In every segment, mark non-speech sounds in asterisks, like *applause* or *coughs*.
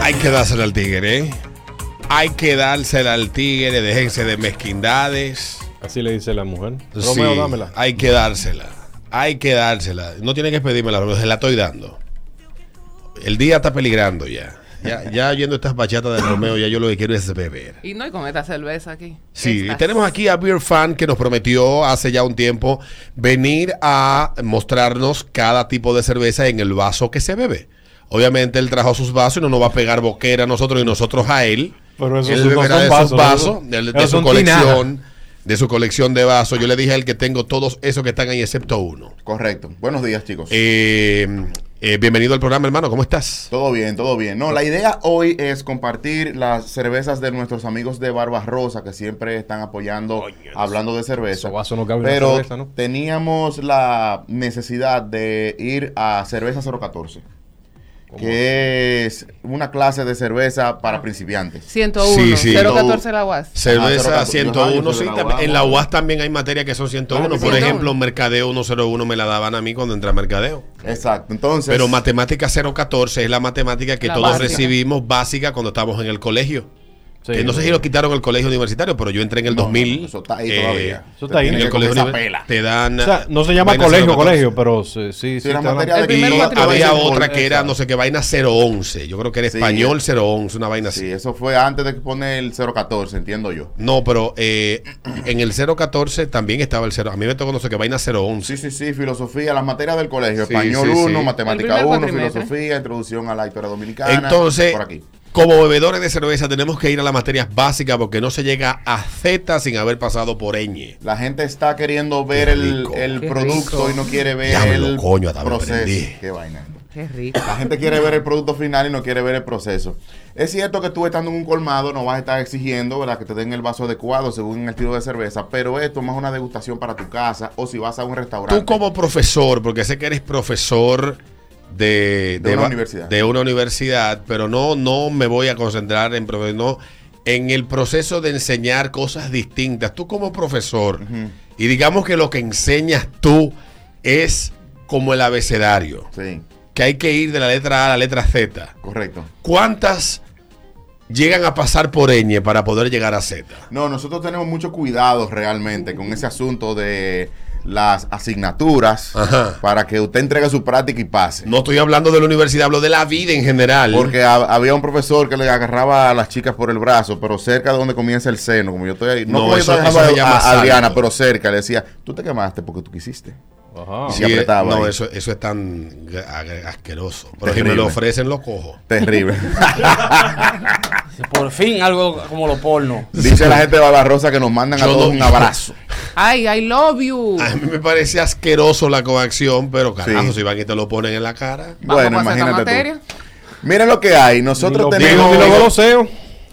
Hay que dársela al tigre, ¿eh? Hay que dársela al tigre, déjense de mezquindades. Así le dice la mujer. Sí, Ah, Romeo, dámela. Hay que dársela. Hay que dársela. No tienen que pedírmela, Romeo, se la estoy dando. El día está peligrando ya. Ya, ya oyendo estas bachatas de Romeo, ya yo lo que quiero es beber. Y no, y con esta cerveza aquí. Sí, Esta. tenemos aquí a Beer Fan que nos prometió hace ya un tiempo venir a mostrarnos cada tipo de cerveza en el vaso que se bebe. Obviamente él trajo sus vasos y no nos va a pegar boquera a nosotros y nosotros a él. Pero esos él no beberá son de vasos, sus vasos, esos- de, de esos su son tinajas. colección, de su colección de vasos. Yo le dije a él que tengo todos esos que están ahí excepto uno. Correcto. Buenos días, chicos. Eh, eh, bienvenido al programa, hermano. ¿Cómo estás? Todo bien, todo bien. No, la idea hoy es compartir las cervezas de nuestros amigos de Barbarrosa que siempre están apoyando, hablando de cerveza. esos vasos no caben en la Pero cerveza, ¿no? teníamos la necesidad de ir a Cerveza 014, que es una clase de cerveza Ah. para principiantes. 101, Sí, sí. 014 la UAS. Cerveza Ah, 101, 101, sí, de la también- UAS. en la UAS también hay materia que son 101. Claro que Por sí. ejemplo, Mercadeo 101 me la daban a mí cuando entré a Mercadeo. Exacto. Entonces, Pero matemática 014 es la matemática que La todos básica. recibimos básica cuando estábamos en el colegio. Sí. Que no sé si lo quitaron el colegio universitario, pero yo entré en el No, 2000. no, eso está ahí eh, todavía. Eso está ahí. en Tiene el que colegio coger esa univers- pela. Te dan. O sea, no se llama vaina colegio, 014. colegio, pero sí, sí. sí la te hablan- materia Y El de primer química- cuatrimestre. había de otra que era, Exacto. no sé qué vaina 011. Yo creo que era Sí. español 011, una vaina así. Sí, eso fue antes de que pone el 014, entiendo yo. No, pero eh, en el 014 también estaba el 0. A mí me tocó no sé qué vaina 011. Sí, sí, sí, filosofía, las materias del colegio, Sí, español sí, 1, sí. El matemática primer 1, cuatrimestre. filosofía, introducción a la historia dominicana. Entonces, por aquí. como bebedores de cerveza tenemos que ir a las materias básicas porque no se llega a Z sin haber pasado por ñ. La gente está queriendo ver Qué el, rico. el Qué producto rico. y no quiere ver Llámelo, el coño, hasta me prendí. proceso. Qué vaina. Qué rico. La gente quiere ver el producto final y no quiere ver el proceso. Es cierto que tú estando en un colmado no vas a estar exigiendo ¿verdad? que te den el vaso adecuado según el estilo de cerveza, pero esto es más una degustación para tu casa o si vas a un restaurante. Tú como profesor, porque sé que eres profesor de, De una va- universidad. de una universidad, pero no, no me voy a concentrar en profe- no, en el proceso de enseñar cosas distintas. Tú como profesor, y digamos que lo que enseñas tú es como el abecedario, Sí, que hay que ir de la letra A a la letra Z. correcto. ¿Cuántas llegan a pasar por ñ para poder llegar a Z? No, nosotros tenemos mucho cuidado realmente con ese asunto de las asignaturas Ajá. para que usted entregue su práctica y pase. No estoy hablando de la universidad, hablo de la vida en general. Porque ha- había un profesor que le agarraba a las chicas por el brazo, pero cerca de donde comienza el seno, como yo estoy ahí. No, No, como yo eso- estaba eso se dejando a, llama a salto. Adriana, pero cerca. Le decía, tú te quemaste porque tú quisiste. Ajá. Sí. Sí, eh, apretaba no, ahí. eso, eso es tan gra- ag- asqueroso. Pero si Terrible. me lo ofrecen, lo cojo. Terrible. *laughs* Por fin algo como lo porno. Dice la gente de Barbarrosa que nos mandan a Yo todos no- un abrazo. Ay, I love you. A mí me parece asqueroso la coacción, pero carajo, Sí. si van y te lo ponen en la cara. Vamos bueno, a pasar esta imagínate materia. tú. Miren lo que hay. Nosotros Ni los- tenemos. ni los goloseos.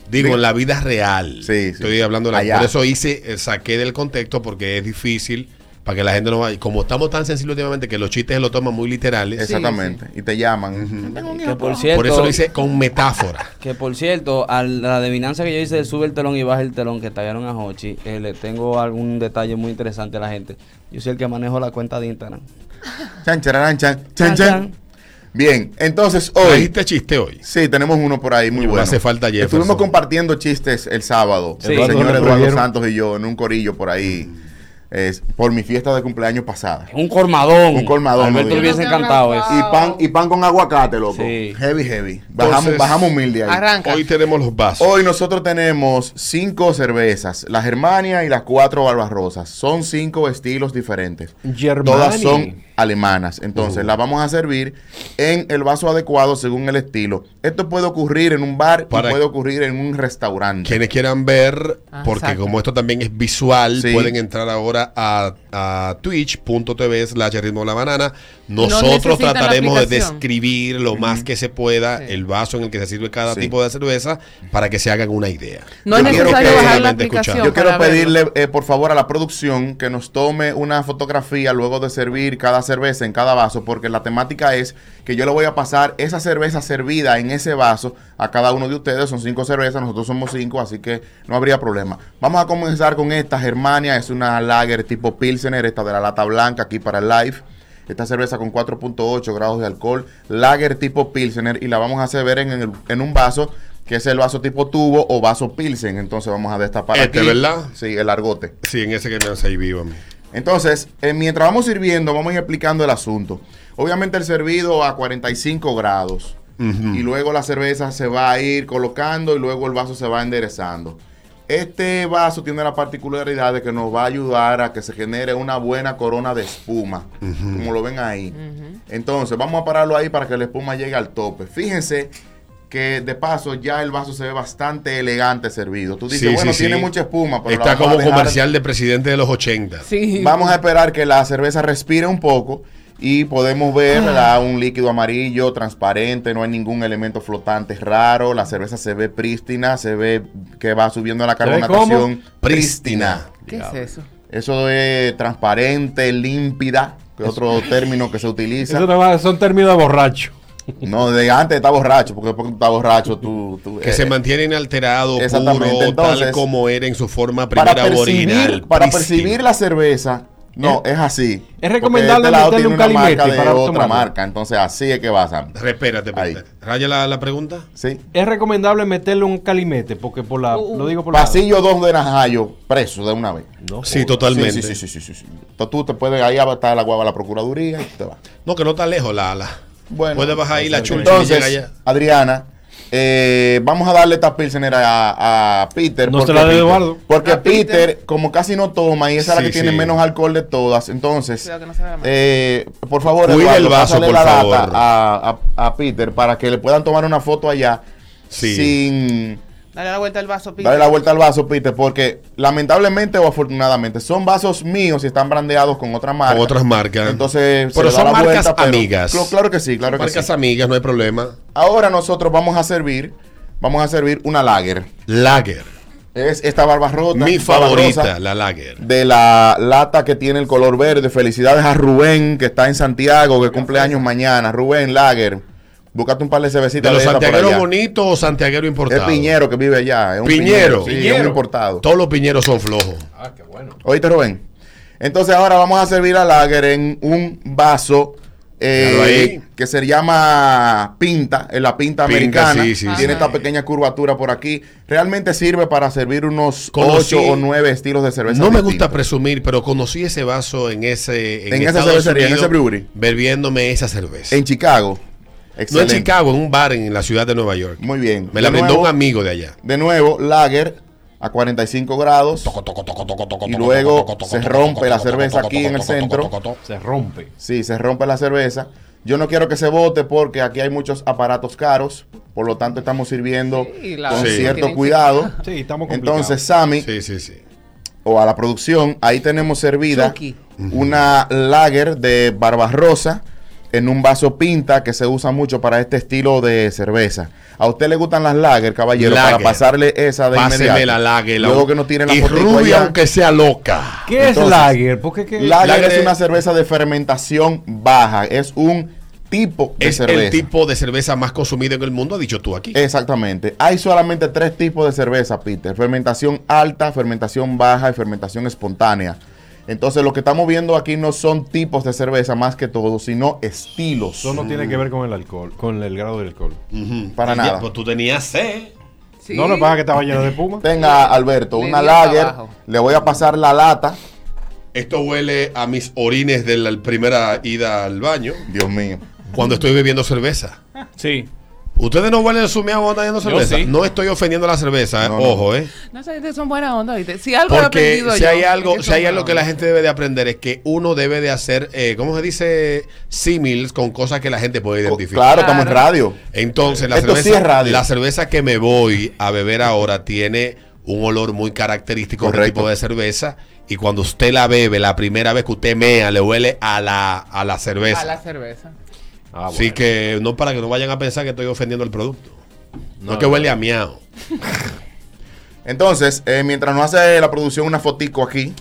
Digo, Sí. en la vida real. Sí, sí. Estoy hablando de la Allá. Por eso hice, eh, saqué del contexto porque es difícil para que la gente no vaya. Como estamos tan sensibles últimamente que los chistes se lo toman muy literales. Exactamente. Y te llaman. Que por cierto, Por eso lo hice con metáfora. que por cierto, a la adivinanza que yo hice de sube el telón y baja el telón que tallaron a Hochi, eh, le tengo algún detalle muy interesante a la gente. Yo soy el que manejo la cuenta de Instagram. Chan, chararán, chan, chan, Chan, chan. chan. Bien, entonces hoy. ¿Trajiste chiste hoy? Sí, tenemos uno por ahí muy Me bueno. hace falta Jefferson. Estuvimos compartiendo chistes el sábado. Sí. El señor Eduardo Eduardo Rivero. Santos y yo en un corillo por ahí. Es, por mi fiesta de cumpleaños pasada. Un colmadón. Un colmadón, Alberto no le hubiese digas. encantado eso. Y pan, y pan con aguacate, loco. Sí. Heavy, heavy. Bajamos, Entonces, bajamos humilde ahí. Arranca. Hoy tenemos los vasos. Hoy nosotros tenemos cinco cervezas, la Germania y las cuatro Barbarosas. Son cinco estilos diferentes. Germani. Todas son alemanas. Entonces, las vamos a servir en el vaso adecuado según el estilo. Esto puede ocurrir en un bar Para- y puede ocurrir en un restaurante. Quienes quieran ver, Ah, porque exacto. como esto también es visual, Sí. pueden entrar ahora a, a twitch.tv slash ritmo de la banana. Nosotros necesitan la trataremos de aplicación. describir lo más que se pueda el vaso en el que se sirve cada Sí. tipo de cerveza para que se hagan una idea. No yo es quiero necesario que- bajar la solamente escuchar. aplicación. Yo quiero para verlo. pedirle, eh, por favor, a la producción que nos tome una fotografía luego de servir cada cerveza en cada vaso, porque la temática es que yo le voy a pasar esa cerveza servida en ese vaso a cada uno de ustedes. Son cinco cervezas, nosotros somos cinco, así que no habría problema. Vamos a comenzar con esta, Germania. Es una lager tipo Pilsener, esta de la lata blanca aquí para el live. Esta cerveza con 4.8 grados de alcohol, lager tipo Pilsener, y la vamos a hacer ver en, el- en un vaso, que es el vaso tipo tubo o vaso Pilsen. Entonces vamos a destapar Este, ¿verdad? Sí, el argote. Sí, en ese que me hace ahí vivo a mí. Entonces, eh, mientras vamos sirviendo, vamos a ir explicando el asunto. Obviamente el servido a 45 grados. Y luego la cerveza se va a ir colocando y luego el vaso se va enderezando. Este vaso tiene la particularidad de que nos va a ayudar a que se genere una buena corona de espuma, como lo ven ahí. Entonces, vamos a pararlo ahí para que la espuma llegue al tope. Fíjense que de paso ya el vaso se ve bastante elegante servido. Tú dices, Sí, bueno, sí, tiene sí. mucha espuma, pero la Está vamos a como dejar- comercial de presidente de los 80. *laughs* Sí. Vamos a esperar que la cerveza respire un poco y podemos ver Ah. ¿verdad? un líquido amarillo, transparente, no hay ningún elemento flotante raro, la cerveza se ve prístina, se ve que va subiendo la ¿Se ve carbonatación. Prístina. ¿Qué es eso? Eso es transparente, límpida, que es otro término que se utiliza. Eso nada más son términos de borracho. No, de antes está borracho, porque después que está borracho tú... tú- Que eh, se mantiene inalterado, Exactamente, puro, entonces, tal como era en su forma para primera percibir, original. para prístino. percibir la cerveza, no, es así. Porque este recomendable lado meterle tiene un una marca calimete de para otra tomarlo. marca, entonces así es que basan. Respérate, Ahí. espérate. Raya la, la pregunta. Sí. Es recomendable meterle un calimete porque por la. lo digo por Pasillo 2 de Najayo, preso de una vez. la. No, sí, joder. totalmente. Sí, sí, sí, sí, sí, sí. Entonces, tú te puedes ahí abatar la guava a la Procuraduría y te vas. No, que no está lejos la ala. Bueno. Puedes bajar ahí la chulcha y llega Entonces, allá. Adriana, eh, vamos a darle esta pilsener a, a Peter. No porque se la dé Peter- Eduardo. Porque A Peter. Peter, como casi no toma y esa es la Sí, que tiene sí. menos alcohol de todas, entonces, Cuidado que no se vea la mano. eh, por favor, Cuida el vaso, pásale por la favor. lata A, a- a Peter para que le puedan tomar una foto allá Sí. sin... Dale la vuelta al vaso, Pete. Dale la vuelta al vaso, Peter, porque lamentablemente o afortunadamente son vasos míos y están brandeados con otra marca. Con otras marcas. Entonces, se pero le da son la marcas vuelta, pero- amigas. Cl- claro que sí, claro que marcas sí. amigas, no hay problema. Ahora nosotros vamos a servir, vamos a servir una lager. Lager. Es esta barbarrota. Mi barbarosa favorita, la Lager. De la lata que tiene el color verde. Felicidades a Rubén, que está en Santiago, que cumple años mañana. Rubén Lager. Búscate un par de De cervecitas los esta por santiagueros allá. bonitos o santiagueros Es importados. Piñero que vive allá. Es un Piñero. Sí, es un Piñero. importado. Todos los piñeros son flojos. Ah, qué bueno. Oíste, Rubén. Entonces ahora vamos a servir a Lager en un vaso eh, Claro, ahí. que se llama pinta, en la Pinta, pinta, americana. sí, sí, Tiene sí. esta pequeña curvatura por aquí. Realmente sirve para servir unos Conocí- 8 o 9 estilos de cerveza. No me distintos. gusta presumir, pero conocí ese vaso en ese En esa Estados cervecería, en ese brewery. bebiéndome esa cerveza. En Chicago. no en Excelente. Chicago, en un bar en la ciudad de Nueva York. Muy bien. Me la De brindó nuevo- un amigo de allá. De nuevo, Lager a 45 grados. Y luego se rompe la cerveza aquí en el centro. Se rompe. Sí, se rompe la cerveza. Yo no quiero que se bote porque aquí hay muchos aparatos caros, por lo tanto estamos sirviendo Sí, la con Sí. cierto tienen cuidado. Sí, estamos complicados. Entonces, Sammy, Sí, sí, sí. o a la producción, ahí tenemos servida Chucky. una lager de barbarrosa en un vaso pinta que se usa mucho para este estilo de cerveza. ¿A usted le gustan las lager, caballero? Para Lager. pasarle esa de Páseme inmediato. la lager. la- Luego que no tiren la Y fotico rubia, allá. aunque sea loca. ¿Qué Entonces, es lager? Porque que Lager, Lager es es- una cerveza de fermentación baja. Es un tipo de Es cerveza. Eh, el tipo de cerveza más consumida en el mundo, ha dicho tú aquí. Exactamente. Hay solamente tres tipos de cerveza, Peter. Fermentación alta, fermentación baja y fermentación espontánea. Entonces lo que estamos viendo aquí no son tipos de cerveza más que todo, sino estilos. Eso no tiene que ver con el alcohol, con el grado del alcohol. Ujú. para Y ya, nada. Pues tú tenías sed. Sí. No, lo que pasa es que estaba lleno de puma. Tenga, Alberto, Le una di para lager. abajo. Le voy a pasar la lata. Esto huele a mis orines de la primera ida al baño Dios mío. cuando estoy bebiendo cerveza. Sí. Ustedes no huelen el sumiado cuando están bebiendo Yo cerveza. sí. No estoy ofendiendo la cerveza, eh. No, no. ojo, ¿eh? No sé, ustedes son buena onda, ¿viste? Si algo he Porque aprendido si yo, hay es algo, que si hay son algo que buena la gente debe de aprender es que uno debe de hacer, eh, ¿cómo se dice? Símiles con cosas que la gente puede Co- identificar. Claro, estamos en Claro. radio. Entonces, la Esto cerveza, sí es radio. la cerveza que me voy a beber ahora tiene un olor muy característico de este Correcto. tipo de cerveza. Y cuando usted la bebe, la primera vez que usted mea, le huele a la, a la cerveza. A la cerveza. Ah, Así bueno. que no para que no vayan a pensar que estoy ofendiendo el producto. No, No, que no. huele a miau. Entonces, eh, mientras nos hace la producción una fotico aquí,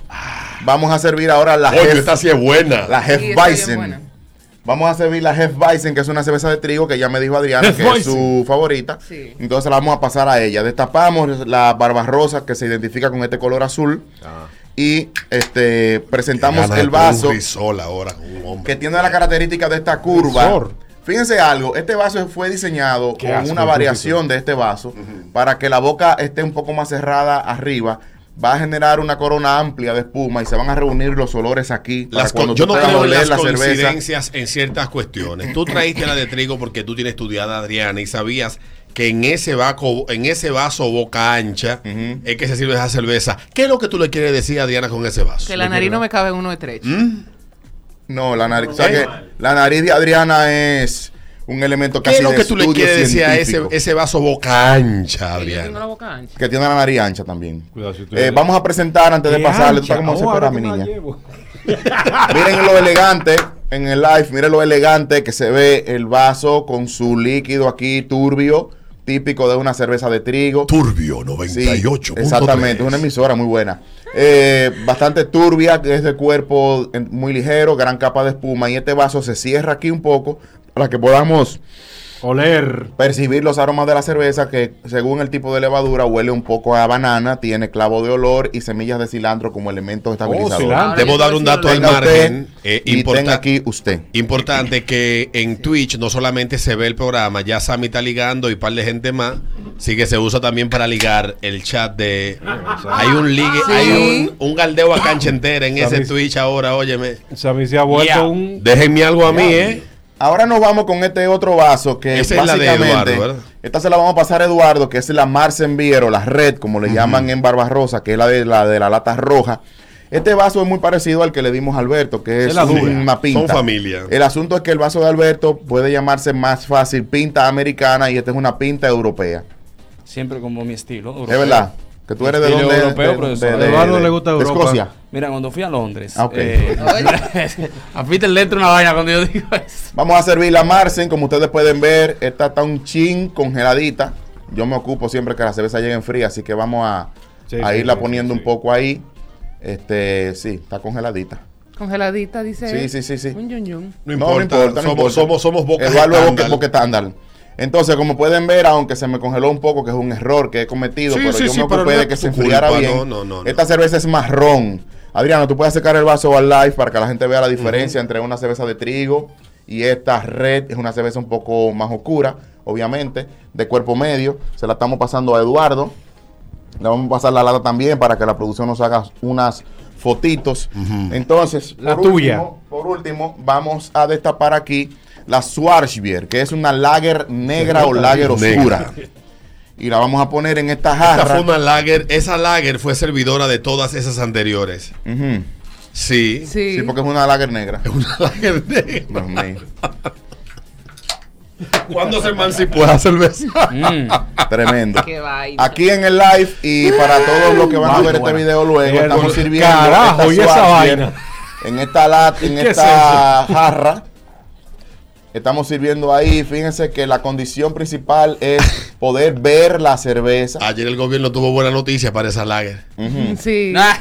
vamos a servir ahora la Oye, Hef- esta sí es buena. la Hef Sí, está bien Bison. buena. Vamos a servir la Hef Bison, que es una cerveza de trigo que ya me dijo Adriana Hef que es su favorita. Sí. Entonces la vamos a pasar a ella. Destapamos la barbarrosa que se identifica con este color azul. Ah. y este presentamos Ganas de el poner un vaso risol ahora con un hombre. que tiene la característica de esta curva. Sor. Fíjense algo, este vaso fue diseñado Qué con asco, una qué variación de este vaso para que la boca esté un poco más cerrada arriba. Va a generar una corona amplia de espuma y se van a reunir los olores aquí. para Las cuando con- yo tú no te hagas creo en las oler la cerveza. coincidencias en ciertas cuestiones. Tú traíste la de trigo porque tú tienes estudiada Adriana y sabías que en ese, vaco, en ese vaso boca ancha Ujú. es que se sirve esa cerveza. ¿Qué es lo que tú le quieres decir a Adriana con ese vaso? Que la nariz no me cabe en uno estrecho. No, la nariz. o sea que la nariz de Adriana es un elemento ¿Qué casi es lo de que tú le estudio quieres decir a ese, científico, ese vaso boca ancha, Que yo tengo la Adriana? boca ancha. Que tiene la nariz ancha también. Cuidado, si tú- Eh, vamos a presentar antes de Qué pasarle. Tú ancha. estás como Oh, desesperada, ahora que mi me la niña. llevo. *laughs* Miren lo elegante en el live, miren lo elegante que se ve el vaso con su líquido aquí turbio, típico de una cerveza de trigo. Turbio Sí, 98. exactamente, es una emisora muy buena. Eh, bastante turbia, que es de cuerpo eh, muy ligero, gran capa de espuma. Y este vaso se cierra aquí un poco para que podamos Oler. percibir los aromas de la cerveza que según el tipo de levadura huele un poco a banana, tiene clavo de olor y semillas de cilantro como elemento cilantro. estabilizador. Ahora Debo yo dar te un voy a dato decir al Tenga algo. Oh, margen. usted eh, y importa- tenga aquí usted. Importante que en Twitch no solamente se ve el programa, ya Sammy está ligando y par de gente más, sí que se usa también para ligar el chat de... Hay un ligue, Sí. hay un, un galdeo a cancha entera en ese Sammy- Twitch ahora, óyeme. Sammy se ha vuelto Ya. un. Déjenme algo a mí, ¿eh? Ahora nos vamos con este otro vaso que Esa es la de básicamente Eduardo, ¿verdad? esta se la vamos a pasar a Eduardo, que es la Marcenvier o la Red, como le llaman en Barbarrosa, que es la de la de la lata roja. Este vaso es muy parecido al que le dimos a Alberto, que es, Es la dura. una pinta. Son familia. El asunto es que el vaso de Alberto puede llamarse más fácil pinta americana y esta es una pinta europea. Siempre como mi estilo. Es europeo. verdad. Que tú eres de Estilo dónde? europeo, De- profesor. de- de- A Eduardo de- le gusta de Europa. Escocia. Mira, cuando fui a Londres, eh, Ah, ok. Oye. a Peter le entra una vaina cuando yo digo eso. Vamos a servir la Marcen, como ustedes pueden ver, esta está un chin congeladita. Yo me ocupo siempre que las cervezas lleguen frías, así que vamos a, Sí, a sí, irla sí, poniendo sí, sí. un poco ahí. Este, sí, está congeladita. Congeladita, dice. Sí, él. sí, sí, sí. Un yun yun. No importa, somos, somos somos bocas Eduardo es estándar. boque- boque estándar. Entonces, como pueden ver, aunque se me congeló un poco, que es un error que he cometido, Sí, pero sí, yo sí, me pero ocupé no de es que tu se enfriara culpa, bien. no, no, no, no. Esta cerveza es marrón. Adriano, tú puedes sacar el vaso al live para que la gente vea la diferencia entre una cerveza de trigo y esta red. Es una cerveza un poco más oscura, obviamente, de cuerpo medio. Se la estamos pasando a Eduardo. Le vamos a pasar la lata también para que la producción nos haga unas fotitos. Entonces, La por tuya. último, por último, vamos a destapar aquí la Schwarzbier, que es una lager negra o lager oscura. Y la vamos a poner en esta Esta jarra. fue una lager, esa lager fue servidora de todas esas anteriores. Ujú. Sí. Sí. Sí, porque es una lager negra. *laughs* Es *laughs* una lager de... Dios mío. ¿Cuándo se emancipó la cerveza? Mm. Tremendo. Qué vaina. Aquí en el live y para todos los que van a ver este video luego, Mierda, estamos sirviendo carajo, esta y esa Schwarzbier vaina. en esta lata, *laughs* en ¿Qué es esta jarra. Estamos sirviendo ahí. Fíjense que la condición principal es poder ver la cerveza. Ayer el gobierno tuvo buena noticia para esa lager. Ujú. Sí. Nah. Ah.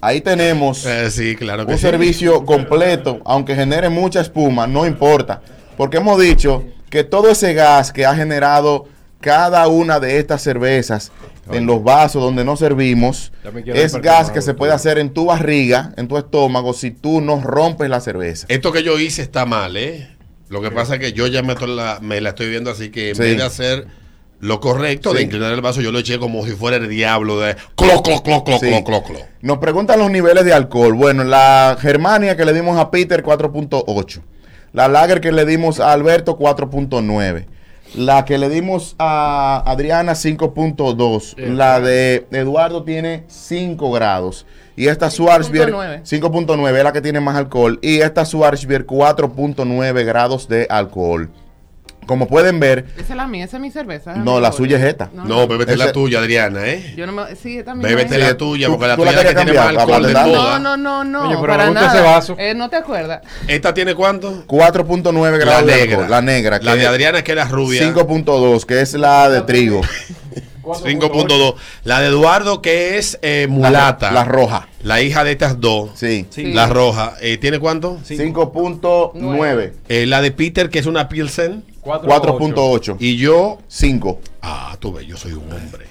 Ahí tenemos Eh, sí, claro que un sí. servicio completo, aunque genere mucha espuma, no importa. Porque hemos dicho que todo ese gas que ha generado cada una de estas cervezas en los vasos donde no servimos, Ya me quiero es despertar, gas que se doctor. puede hacer en tu barriga, en tu estómago, si tú no rompes la cerveza. Esto que yo hice está mal, ¿eh? Lo que pasa es que yo ya me, to- la, me la estoy viendo así que en Sí. vez de hacer lo correcto, de Sí. inclinar el vaso, yo lo eché como si fuera el diablo de clo, clo, clo, clo, Sí. clo, clo, clo. Nos preguntan los niveles de alcohol. Bueno, la Germania que le dimos a Peter 4.8. La Lager que le dimos a Alberto 4.9. La que le dimos a Adriana 5.2. La de Eduardo tiene 5 grados. Y esta Schwarzbier 5.9. 5.9 es la que tiene más alcohol. Y esta Schwarzbier 4.9 grados de alcohol. Como pueden ver, Esa es la mía, esa es mi cerveza. No, la suya es esta. No, bébete Ese- la tuya, Adriana, ¿eh? Yo no me. Sí, esta misma Bébete es. la tuya, Tú- porque la tú tuya la es la que querías tiene más cambiar, la alcohol de verdad. todas. No, no, no, no. Oye, pero para aguanta nada. ese vaso. Eh, no te acuerdas. ¿Esta tiene cuánto? 4.9 grados La de negra. alcohol. La negra. La que de es Adriana es que es la rubia. 5.2, que es la de trigo. 5.2. La de Eduardo que es eh, mulata. La, la roja. La hija de estas dos. Sí. Sí. La roja. Eh, ¿Tiene cuánto? Cinco. 5.9. Eh, la de Peter, que es una Pilsen. 4.8. 4.8. Y yo, 5. ah, tú ves, yo soy un hombre.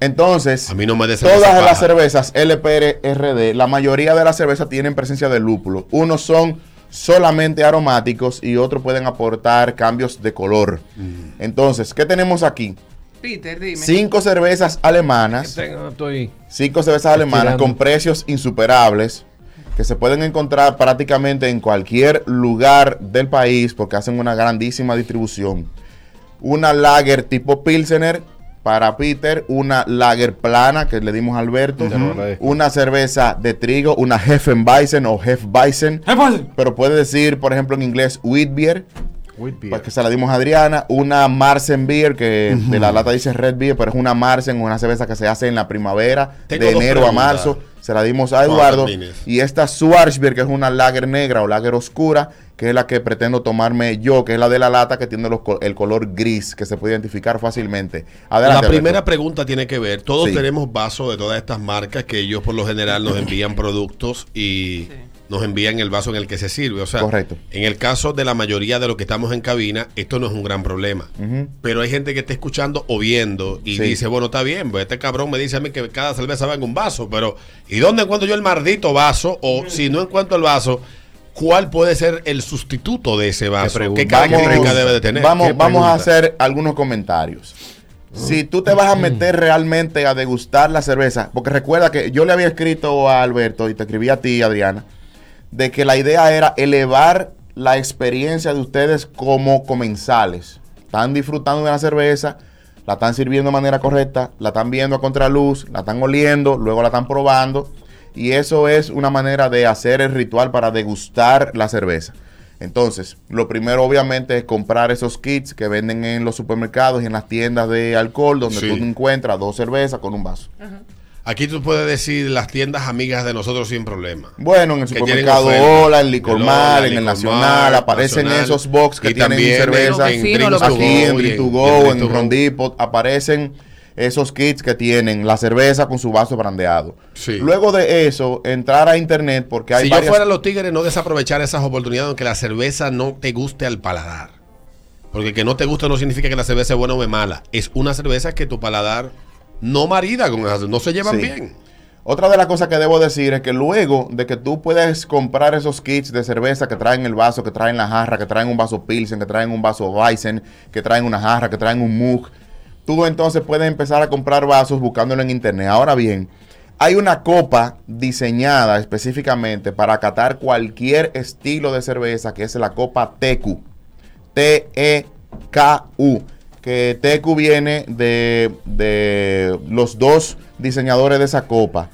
Entonces, A mí no me des cerveza todas las paja. cervezas LPRRD, la mayoría de las cervezas tienen presencia de lúpulo. Unos son solamente aromáticos y otros pueden aportar cambios de color. Mm. Entonces, ¿qué tenemos aquí? Peter, dime. Cinco cervezas alemanas. Tengo, estoy. Cinco cervezas alemanas Estirando. con precios insuperables que se pueden encontrar prácticamente en cualquier lugar del país porque hacen una grandísima distribución. Una lager tipo Pilsener para Peter, una lager plana que le dimos a Alberto, Ya lo agradezco. una cerveza de trigo, una Hefenweizen o Hefweizen, pero puede decir, por ejemplo, en inglés wheat beer, pues, que se la dimos a Adriana, una Marsen Beer, que de la lata dice Red Beer, pero es una Marsen, una cerveza que se hace en la primavera, Tengo de dos enero a preguntas. marzo. Se la dimos a Eduardo. Martínez. Y esta Schwarzbier, que es una lager negra o lager oscura, que es la que pretendo tomarme yo, que es la de la lata que tiene los co- el color gris, que se puede identificar fácilmente. La Adelante. primera Alberto. pregunta tiene que ver, todos Sí. tenemos vasos de todas estas marcas que ellos por lo general nos envían productos y nos envían el vaso en el que se sirve. O sea, Correcto. en el caso de la mayoría de los que estamos en cabina, esto no es un gran problema. Ujú. Pero hay gente que está escuchando o viendo y Sí. dice, bueno, está bien, pues este cabrón me dice a mí que cada cerveza va en un vaso, pero ¿y dónde encuentro yo el maldito vaso? O si no encuentro el vaso, ¿cuál puede ser el sustituto de ese vaso? pregunta. ¿Qué característica Vamos- debe de tener? Vamos, ¿Qué vamos a pregunta? hacer algunos comentarios. Si tú te vas a meter realmente a degustar la cerveza, porque recuerda que yo le había escrito a Alberto y te escribí a ti, Adriana, de que la idea era elevar la experiencia de ustedes como comensales. Están disfrutando de la cerveza, la están sirviendo de manera correcta, la están viendo a contraluz, la están oliendo, luego la están probando. Y eso es una manera de hacer el ritual para degustar la cerveza. Entonces, lo primero obviamente es comprar esos kits que venden en los supermercados y en las tiendas de alcohol, donde Sí. tú encuentras dos cervezas con un vaso. Aquí tú puedes decir las tiendas amigas de nosotros sin problema. Bueno, en el Que tienen supermercado oferta. Ola, en Licor Ola, Mal, en Licor el Mal, Nacional, aparecen Nacional. esos box que Y tienen también cerveza. en Drink Drinks to Go Aquí en y Drink to en Go, Drink en to Ron Go. Depot, aparecen esos kits que tienen la cerveza con su vaso brandeado. Sí. Luego de eso, entrar a internet porque hay Si yo varias... fuera los tigres, no desaprovechar esas oportunidades aunque la cerveza no te guste al paladar. Porque que no te gusta no significa que la cerveza es buena o es mala. Es una cerveza que tu paladar no marida con esas, no se llevan Sí. bien. Otra de las cosas que debo decir es que luego de que tú puedes comprar esos kits de cerveza que traen el vaso, que traen la jarra, que traen un vaso Pilsen, que traen un vaso Weizen, que traen una jarra, que traen un mug, tú entonces puedes empezar a comprar vasos buscándolo en internet. Ahora bien, hay una copa diseñada específicamente para catar cualquier estilo de cerveza, que es la copa Teku. T-E-K-U. E Que TQ viene de, de los dos diseñadores de esa copa.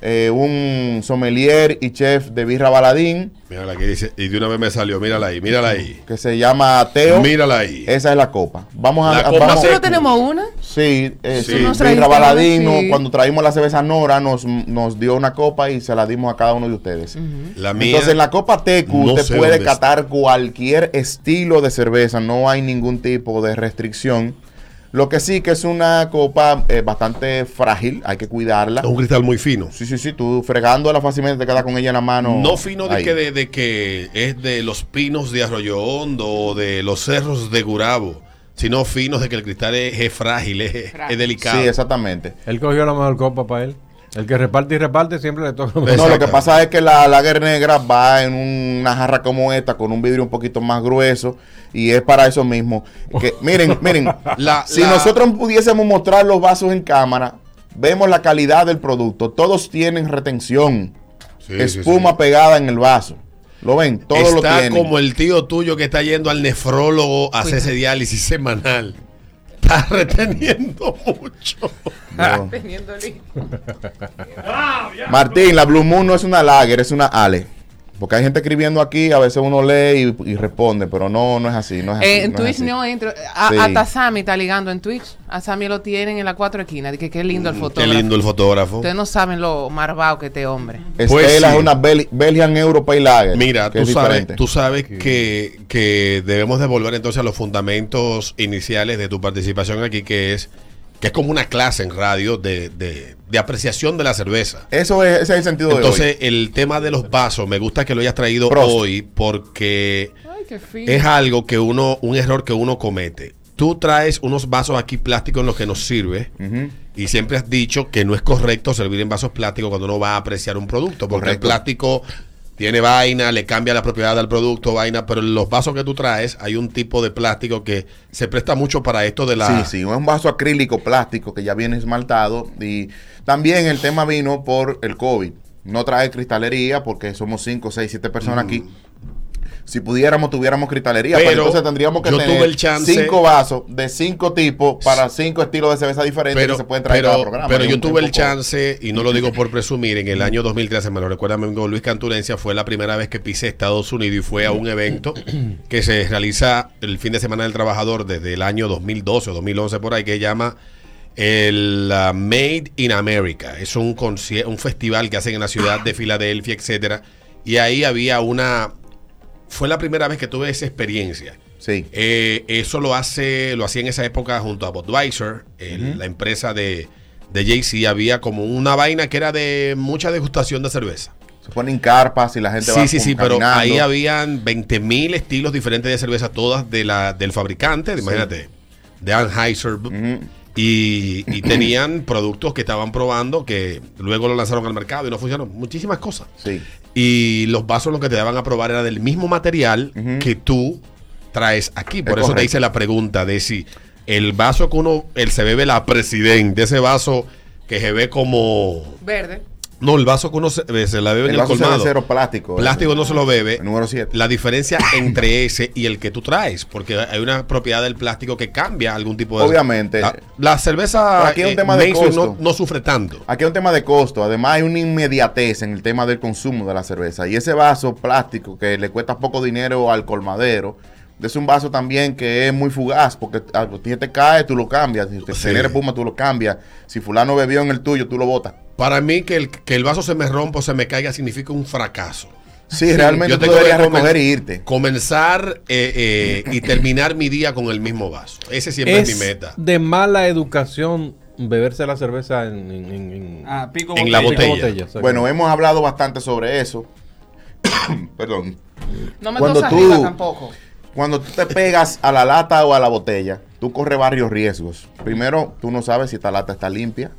Eh, un sommelier y chef de Birra Baladín, Mírala que dice, y de una vez me salió, mírala ahí, mírala ahí. que se llama Teo. Mírala ahí. Esa es la copa. Vamos a... La copa vamos- Tecu. ¿Nosotros tenemos una? Sí, eh, Sí. sí, Nos Birra trajiste Baladín, una, no, sí. cuando traímos la cerveza Nora, nos, nos dio una copa y se la dimos a cada uno de ustedes. La mía. Entonces, en la Copa Tecu no sé usted puede dónde está. catar cualquier estilo de cerveza, no hay ningún tipo de restricción. Lo que sí que es una copa eh, bastante frágil, hay que cuidarla. es un cristal muy fino. Sí, sí, sí, tú fregándola fácilmente te quedas con ella en la mano. No fino de ahí. que, de, de que es de los pinos de Arroyo Hondo o de los cerros de Gurabo, sino finos de que el cristal es, es frágil, es, es Frágil. delicado. Sí, exactamente. Él cogió la mejor copa para él. El que reparte y reparte siempre le toca. *laughs* Exacto. No, lo que pasa es que la lager negra va en una jarra como esta, con un vidrio un poquito más grueso, y es para eso mismo. *laughs* Que, miren, miren, La- si la- nosotros pudiésemos mostrar los vasos en cámara, vemos la calidad del producto. Todos tienen retención, Sí, sí, espuma sí. pegada en el vaso. ¿Lo ven? Todo lo está tienen. como el tío tuyo que está yendo al nefrólogo a hacerse diálisis semanal. Está *laughs* reteniendo mucho. *laughs* No. Ah, Teniendo el- Martín, la Blue Moon no es una lager, es una ale. Porque hay gente escribiendo aquí, a veces uno lee y, y responde, pero no, no es así. No es así, Eh, en no es Twitch así. no entro. A, Sí. Hasta Sammy está ligando en Twitch. A Sammy lo tienen en la cuatro esquinas. Que qué lindo el Mm, Qué fotógrafo. lindo el fotógrafo. Ustedes no saben lo marvado que este hombre. Estela Pues sí. es una Bel- Belgian European Lager. Mira, que tú es sabes, diferente. tú sabes que, que debemos devolver entonces a los fundamentos iniciales de tu participación aquí, que es que es como una clase en radio de, de- de apreciación de la cerveza. Eso es, ese es el sentido de Entonces, el tema de los vasos, me gusta que lo hayas traído Prost. hoy porque qué fino. es algo que uno, un error que uno comete. Tú traes unos vasos aquí plásticos en los que nos sirve Ujú. y siempre has dicho que no es correcto servir en vasos plásticos cuando uno va a apreciar un producto, porque el Correcto. plástico tiene vaina, le cambia la propiedad al producto, vaina, pero en los vasos que tú traes hay un tipo de plástico que se presta mucho para esto de la... Sí, sí, un vaso acrílico plástico que ya viene esmaltado y también el tema vino por el COVID. No trae cristalería porque somos 5, 6, 7 personas aquí. Si pudiéramos, tuviéramos cristalería, pero, Pero entonces tendríamos que yo tener tuve el chance- cinco vasos de cinco tipos para cinco estilos de cerveza diferentes pero, que se pueden traer pero, cada programa. pero Es yo un- tuve el un poco- chance, y no lo digo por presumir, en el año 2013, me lo recuerda mi amigo Luis Canturencia, fue la primera vez que pisé Estados Unidos y fue a un *coughs* evento que se realiza el fin de semana del trabajador desde el año 2012 o 2011 por ahí, que llama el ah, Made in America. Es un, conci- un festival que hacen en la ciudad de Filadelfia, etcétera Y ahí había una... Fue la primera vez que tuve esa experiencia. Sí. Eh, eso lo hace, lo hacía en esa época junto a Budweiser, el- la empresa de, de Jay-Z. Había como una vaina que era de mucha degustación de cerveza. Se ponen carpas y la gente va Sí, sí, sí, pero caminando. ahí habían 20.000 estilos diferentes de cerveza, todas de la, del fabricante, de- imagínate, de Anheuser. Ujú. Y, y tenían productos que estaban probando que luego lo lanzaron al mercado y no funcionaron. Muchísimas cosas. Sí. Y los vasos lo que te daban a probar era del mismo material Ujú. que tú traes aquí. Por Es eso te correcto. hice la pregunta de si el vaso que uno, él se bebe la presidente, ese vaso que se ve como... Verde. No, el vaso que uno se, eh, se la bebe El en el vaso colmado. cervecero plástico. Plástico no se lo bebe. El número 7. La *coughs* diferencia entre ese y el que tú traes, porque hay una propiedad del plástico que cambia algún tipo de... Obviamente. La, la cerveza Pero aquí hay un eh, tema de mainstream no, costo. no sufre tanto. Aquí hay un tema de costo. Además, hay una inmediatez en el tema del consumo de la cerveza. Y ese vaso plástico que le cuesta poco dinero al colmadero. Es un vaso también que es muy fugaz, porque a ti te cae, tú lo cambias. Si te Sí. genera espuma, tú lo cambias. Si fulano bebió en el tuyo, tú lo botas. Para mí que el, que el vaso se me rompa o se me caiga significa un fracaso. Sí, realmente Yo tú tengo que deberías comer- recoger y irte. Comenzar eh, eh, y terminar mi día con el mismo vaso. Ese siempre es, mi meta. de mala educación beberse la cerveza en, en- en- en- Ah, pico En la en botella. exacto. eh, Bueno, eh, hemos hablado bastante sobre eso. *coughs* Perdón. No me Cuando dos tú- arriba tampoco. Cuando tú te pegas a la lata o a la botella, tú corres varios riesgos. Primero, tú no sabes si esta lata está limpia,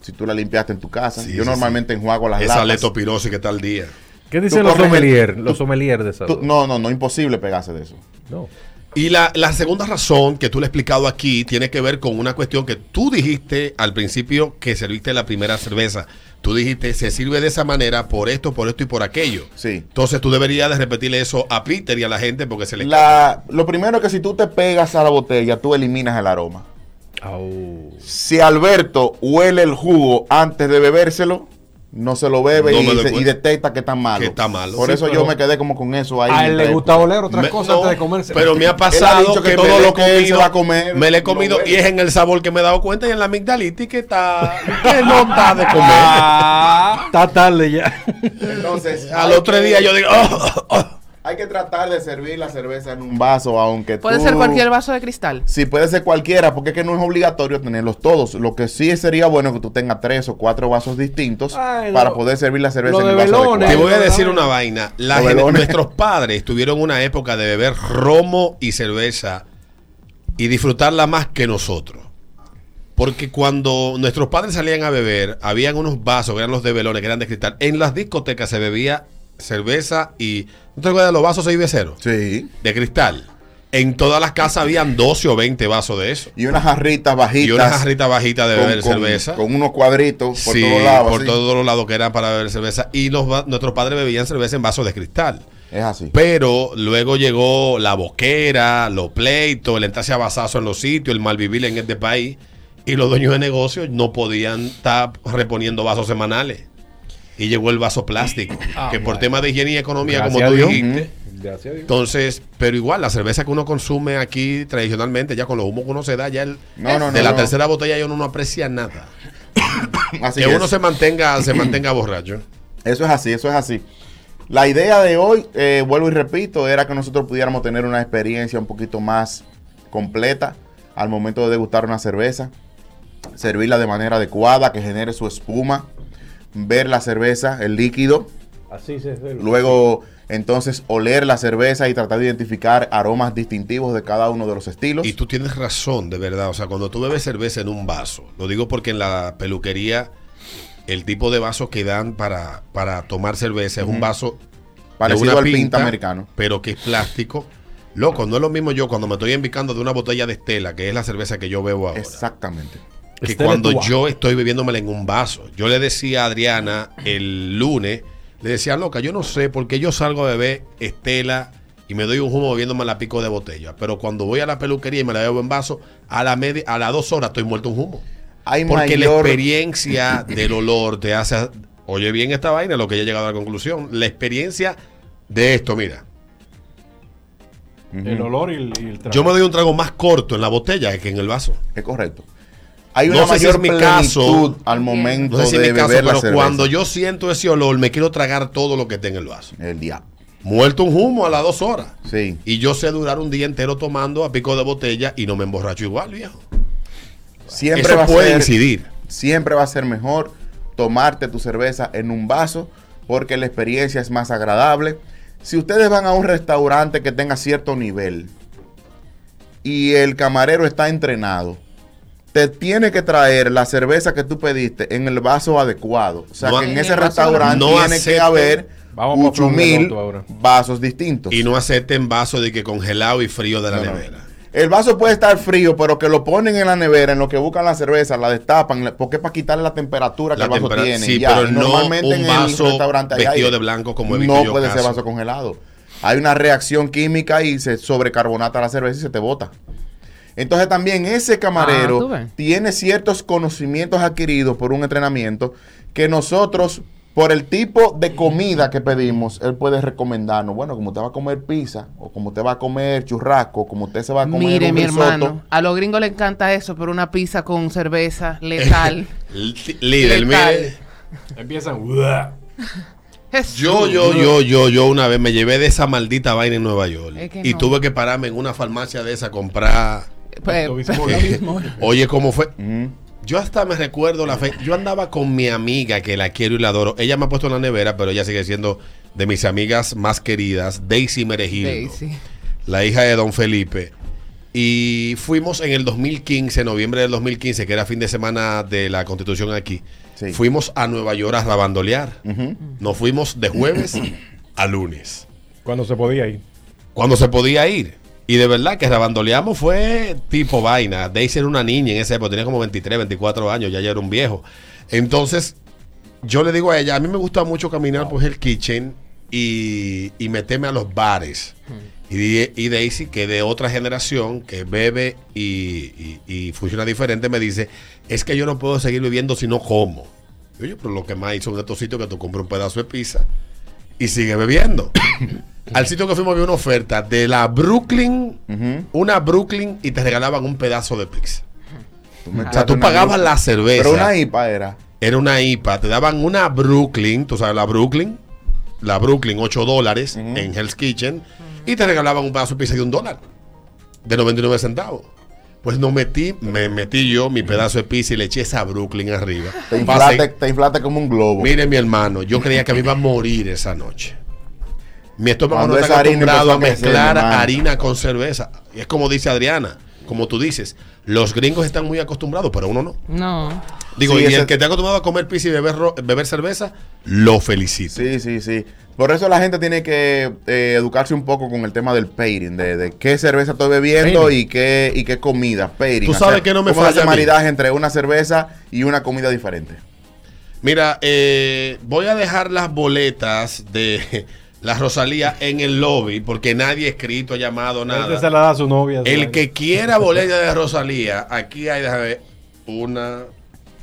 si tú la limpiaste en tu casa. Sí, Yo sí, normalmente enjuago las Esa latas. letopirosis que está al día. ¿Qué dicen tú los corres sommelier? el- Los tú- sommelier de esa. Tú- no, no, no, imposible pegarse de eso. No. Y la, la segunda razón que tú le he explicado aquí tiene que ver con una cuestión que tú dijiste al principio que serviste la primera cerveza. Tú dijiste, se sirve de esa manera por esto, por esto y por aquello. Sí. Entonces tú deberías de repetirle eso a Peter y a la gente porque se le... La- lo primero es que si tú te pegas a la botella, tú eliminas el aroma. Au. Si Alberto huele el jugo antes de bebérselo, no se lo bebe No y, me doy se- y cuenta. detecta que está malo. Que está malo. Por Sí, eso pero- yo me quedé como con eso ahí. A él le mientras- gusta oler otras Me- cosas no, antes de comerse. Pero me ha Él ha pasado dicho que, que todo me lo lo que que él se comido, va a comer, me lo he lo comido huele. y es en el sabor que me he dado cuenta y en la amigdalitis que está que no está de comer. Ah, Está tarde ya. Entonces, Al otro día yo digo, "Oh, oh, oh". Hay que tratar de servir la cerveza en un vaso, aunque Puede tú- ser cualquier vaso de cristal. Sí, puede ser cualquiera, porque es que no es obligatorio tenerlos todos. Lo que sí sería bueno que tú tengas tres o cuatro vasos distintos Ay, para lo- poder servir la cerveza lo en de un vaso velones. te adecuado. voy a decir una vaina. La Los gen- velones. nuestros padres tuvieron una época de beber romo y cerveza y disfrutarla más que nosotros. Porque cuando nuestros padres salían a beber, habían unos vasos, que eran los de velones, que eran de cristal. En las discotecas se bebía cerveza y... ¿No te acuerdas de los vasos 6 de cero? Sí. de cristal. En todas las casas habían 12 o 20 vasos de eso. Y unas jarritas bajitas. Y una jarrita bajita de con- beber con- cerveza. Con unos cuadritos por Sí, todos lados. por así. todos los lados que eran para beber cerveza. Y los, va- nuestros padres bebían cerveza en vasos de cristal. Es así. Pues, Pero luego llegó la boquera, los pleitos, el entrarse a basazo en los sitios, el malvivir en este país. Y los dueños de negocios no podían estar reponiendo vasos semanales. Y llegó el vaso plástico. que por temas de higiene y economía, como Gracias tú a Dios. dijiste, Gracias a Dios. entonces, pero igual, la cerveza que uno consume aquí tradicionalmente, ya con los humos que uno se da, ya el, No, no, de no, la no. tercera botella ya uno no aprecia nada. Así que es. uno se mantenga, *clears throat* se mantenga borracho. Eso es así, eso es así. La idea de hoy, eh, vuelvo y repito, era que nosotros pudiéramos tener una experiencia un poquito más completa al momento de degustar una cerveza, servirla de manera adecuada, que genere su espuma, ver la cerveza, el líquido, Así se hace. Luego, entonces, oler la cerveza y tratar de identificar aromas distintivos de cada uno de los estilos. Y tú tienes razón, de verdad. O sea, cuando tú bebes cerveza en un vaso, lo digo porque en la peluquería el tipo de vaso que dan para, para tomar cerveza es un Ujú. vaso Parecido de una al pinta americano. pero que es plástico. Loco, no es lo mismo yo cuando me estoy embicando de una botella de Estela, que es la cerveza que yo bebo ahora, Exactamente. que Estela cuando Tua. yo estoy bebiéndomela en un vaso. Yo le decía a Adriana el lunes, le decía, loca, yo no sé por qué yo salgo a beber Estela y me doy un humo bebiéndome la pico de botella, pero cuando voy a la peluquería y me la bebo en vaso, a la media, a las dos horas estoy muerto un humo. Hay Porque mayor- la experiencia del olor te hace. Oye bien esta vaina, lo que ya he llegado a la conclusión. La experiencia de esto, mira. Ujú. El olor y el, y el trago. Yo me doy un trago más corto en la botella que en el vaso. Es correcto. Hay No una sé si mayor es mi plenitud caso. al No momento sé si de es mi caso, beber la pero cerveza. cuando yo siento ese olor, me quiero tragar todo lo que esté en el vaso. El diablo. Muerto un humo a las dos horas. Sí. Y yo sé durar un día entero tomando a pico de botella y no me emborracho igual, viejo. Siempre Eso va a puede ser- incidir. Siempre va a ser mejor tomarte tu cerveza en un vaso porque la experiencia es más agradable. Si ustedes van a un restaurante que tenga cierto nivel y el camarero está entrenado, te tiene que traer la cerveza que tú pediste en el vaso adecuado. O sea, No que a- en En ese el vaso restaurante adecuado. No tiene que acepto. haber Vamos para ocho mil Flor de Loto ahora. vasos distintos. Y no acepten vaso de que congelado y frío de la No, no. nevera. El vaso puede estar frío, pero que lo ponen en la nevera, en lo que buscan la cerveza, la destapan, la- porque es para quitarle la temperatura que La el vaso tempera- tiene. sí, y ya. pero Y no un en el vaso hay vestido aire. de blanco como he visto No yo puede ser caso. vaso congelado. Hay una reacción química y se sobrecarbonata la cerveza y se te bota. Entonces también ese Ah, camarero tú ves. tiene ciertos conocimientos adquiridos por un entrenamiento que nosotros, por el tipo de comida que pedimos, él puede recomendarnos. Bueno, como usted va a comer pizza, o como usted va a comer churrasco, como usted se va a comer Mire, un mi risotto. hermano, a los gringos les encanta eso, pero una pizza con cerveza *laughs* letal. Líder, Letal. mire. Empiezan. Jesús. Yo, yo, yo, yo, yo una vez me llevé de esa maldita vaina en Nueva York. Es que y no. tuve que pararme en una farmacia de esa a comprar. Pues, Bismol. pues, Bismol. Oye, ¿cómo fue? Ujú. Yo hasta me recuerdo la fe. Yo andaba con mi amiga que la quiero y la adoro. Ella me ha puesto en la nevera, pero ella sigue siendo de mis amigas más queridas, Daisy Merejildo, Daisy. la hija de Don Felipe. Y fuimos en el 2015, noviembre del 2015, que era fin de semana de la Constitución aquí. Sí. Fuimos a Nueva York a rabandolear. Ujú. Nos fuimos de jueves a lunes. Cuando se podía ir. cuando se podía ir. Y de verdad que rabandoleamos fue tipo vaina. Daisy era una niña en esa época, tenía como 23, 24 años, ya, ya era un viejo. Entonces, yo le digo a ella, a mí me gusta mucho caminar por el kitchen y, y meterme a los bares. Y, di- y Daisy, que de otra generación, que bebe y, y- y funciona diferente, me dice, es que yo no puedo seguir viviendo si no como. Y Oye, pero lo que más hizo en estos sitios que tú compras un pedazo de pizza y sigue bebiendo. Al sitio que fuimos había una oferta de la Brooklyn, Ujú. una Brooklyn y te regalaban un pedazo de pizza. Tú me O sea, echaste tú Ah, una pagabas luz. la cerveza. Pero una IPA era. Era una IPA, te daban una Brooklyn, tú sabes, la Brooklyn, la Brooklyn, 8 dólares en Hell's Kitchen, y te regalaban un pedazo de pizza de un dólar, de 99 centavos. Pues no metí, me metí yo mi pedazo de pizza y le eché esa Brooklyn arriba. Te Pasé- inflaste, te inflaste como un globo. Mire, mi hermano, yo creía que me iba a morir esa noche. Mi estómago Cuando no esa está harina acostumbrado a empezó a crecer, mezclar mi hermano. harina con cerveza. Y es como dice Adriana, como tú dices, los gringos están muy acostumbrados, pero uno no. No. Digo, Sí, y ese- el que está acostumbrado a comer pizza y beber, ro- beber cerveza, lo felicito. Sí, sí, sí. Por eso la gente tiene que eh, educarse un poco con el tema del pairing, de, de qué cerveza estoy bebiendo Pairing. y qué, y qué comida. Pairing. Tú sabes que no me cómo hacer falla a mí. maridaje entre una cerveza y una comida diferente. Mira, eh, voy a dejar las boletas de *laughs* la Rosalía en el lobby porque nadie ha escrito, ha llamado, nada. Este se la da a su novia. se El la- que quiera boleta de Rosalía, aquí hay, déjame ver, una,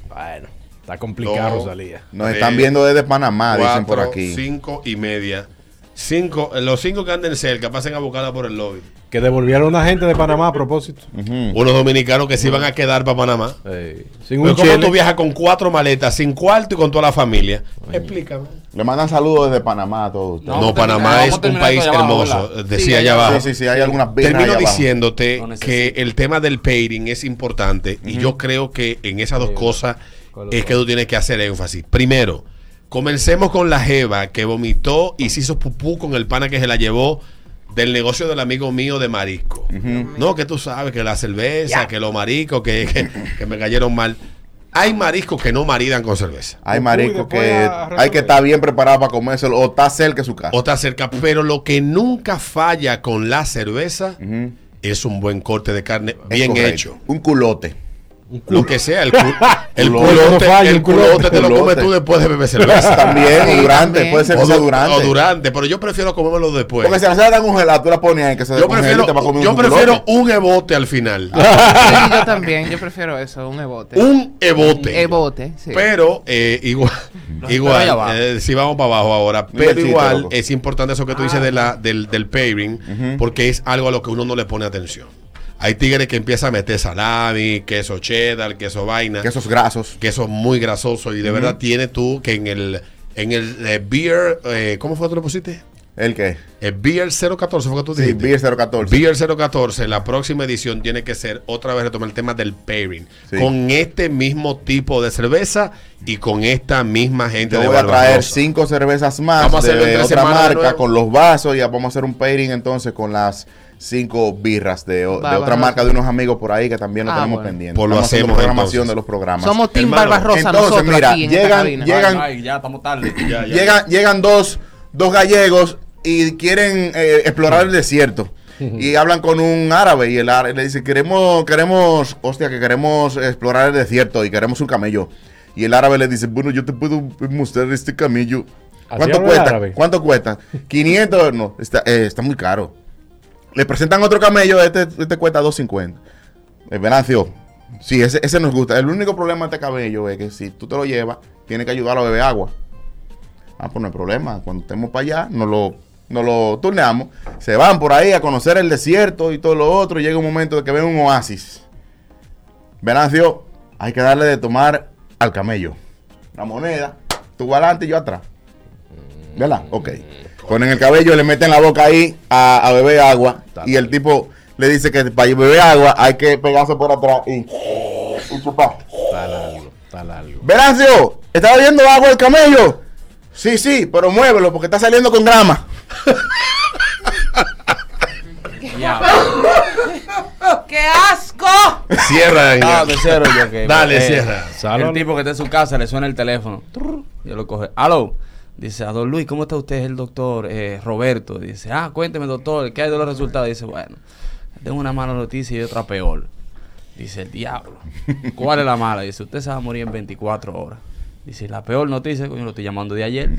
Bueno, está complicado, No. Rosalía. Nos Tres, están viendo desde Panamá, Ah, dicen por cuatro, aquí. cinco y media. Cinco, eh, los cinco que anden cerca, pasen a buscarla por el lobby. Que devolvieron a una gente de Panamá a propósito. Ujú. Unos dominicanos que se iban a quedar para Panamá. Eh, Pero sin un ¿Cómo chile. tú viajas con cuatro maletas, sin cuarto y con toda la familia? Explícame. Le mandan saludos desde Panamá a todos ustedes. No, Vamos a Panamá terminar- es vamos a un terminar país esto allá abajo, hermoso. ¿verdad? Decía Sí, allá allá abajo. Sí, sí, sí, hay algunas birras ahí Termino abajo. diciéndote No necesito. que el tema del pairing es importante y yo creo que en esas dos cosas Con los es que tú tienes que hacer énfasis. Primero, Comencemos con la Jeva que vomitó y se hizo pupú con el pana que se la llevó del negocio del amigo mío de marisco. No, que tú sabes que la cerveza, que los mariscos, que, que- que me cayeron mal. Hay mariscos que no maridan con cerveza. Hay Uy, marisco después que a- a hay que resolver. estar bien preparado para comérselo o está cerca de su casa. O está cerca, pero lo que nunca falla con la cerveza Ujú. es un buen corte de carne Es bien correcto. hecho. Un culote. Lo que sea, el, *laughs* cul- el Culote. No culote, falla, el el culote. culote te lo comes Culote. tú después de *laughs* beber cerveza. *laughs* También, Sí, o durante, también. puede ser que O sea du- durante. o durante, pero yo prefiero comérmelo después. Porque si la salsa está congelada, tú la pones ahí que se yo descongele y prefiero, te va a comer yo un prefiero culote. Ah. un ebote al final. Sí, yo también, yo prefiero eso, un ebote. Un ebote. ebote, sí. Este. Pero eh, *laughs* igual, pero allá igual abajo. eh, si vamos para abajo ahora, Mira el pero chiste, igual loco. es importante eso que tú Ah. dices de la, del, del pairing, porque es algo a lo que uno no le pone atención. Hay tigres que empiezan a meter salami, queso cheddar, queso vaina, Que esos grasos. queso muy grasoso y de verdad tiene tú que en el, en el eh, beer, eh, ¿cómo fue que tú le pusiste? ¿El qué? El beer 014 fue que tú Sí, dijiste. Beer 014. Beer 014, la próxima edición tiene que ser otra vez retomar el tema del pairing. Sí. Con este mismo tipo de cerveza y con esta misma gente Yo de voy a traer Barbarossa. cinco cervezas más Vamos a hacerlo de entre otra semana de marca nuevo. con los vasos y vamos a hacer un pairing entonces con las cinco birras de, o- de otra Barbarossa. marca de unos amigos por ahí que también lo Ah, tenemos bueno. pendiente. Pues lo Estamos haciendo hacemos, programación entonces. de los programas. Somos Team Hermano, Barbarrosa entonces, nosotros mira, aquí en esta llegan- cabina. llegan- Ay, ya estamos tarde. Ya, ya. Llegan, llegan dos, dos gallegos y quieren eh, explorar el desierto. Y hablan con un árabe y el árabe le dice, queremos, queremos, hostia, que queremos explorar el desierto y queremos un camello. Y el árabe le dice, bueno, yo te puedo mostrar este camello. Así ¿Cuánto habla el cuesta? árabe. ¿Cuánto *laughs* cuesta? 500, no, está, eh, está muy caro. Le presentan otro camello, este, este cuesta 250. El Venancio. Sí, ese, ese nos gusta. El único problema de este cabello es que si tú te lo llevas, tienes que ayudarlo a beber agua. Ah, pues no hay problema. Cuando estemos para allá, nos lo, nos lo turneamos. Se van por ahí a conocer el desierto y todo lo otro. y Llega un momento de que ven un oasis. Venancio, hay que darle de tomar al camello. La moneda, tú vas adelante y yo atrás. ¿Verdad? Ok. Ponen el cabello, le meten la boca ahí a, a beber agua. Y el tipo le dice que para beber agua hay que pegarse por atrás y, y chupar. Está largo, está largo. Venancio, ¿está bebiendo agua el camello? Sí, sí, pero muévelo porque está saliendo con grama. ¡Qué asco! *laughs* Cierra. Ah, Daniel. de cero yo, ok. Eh, Dale, cierra. El tipo que está en su casa le suena el teléfono. Turr, Yo lo coge. Aló. Dice, a don Luis, ¿cómo está usted? Es el doctor eh, Roberto. Dice, ah, cuénteme, doctor, ¿qué hay de los resultados? Dice, bueno, tengo una mala noticia y otra peor. Dice, el diablo. ¿Cuál es la mala? Dice, usted se va a morir en 24 horas. Dice, la peor noticia, coño, lo estoy llamando de ayer.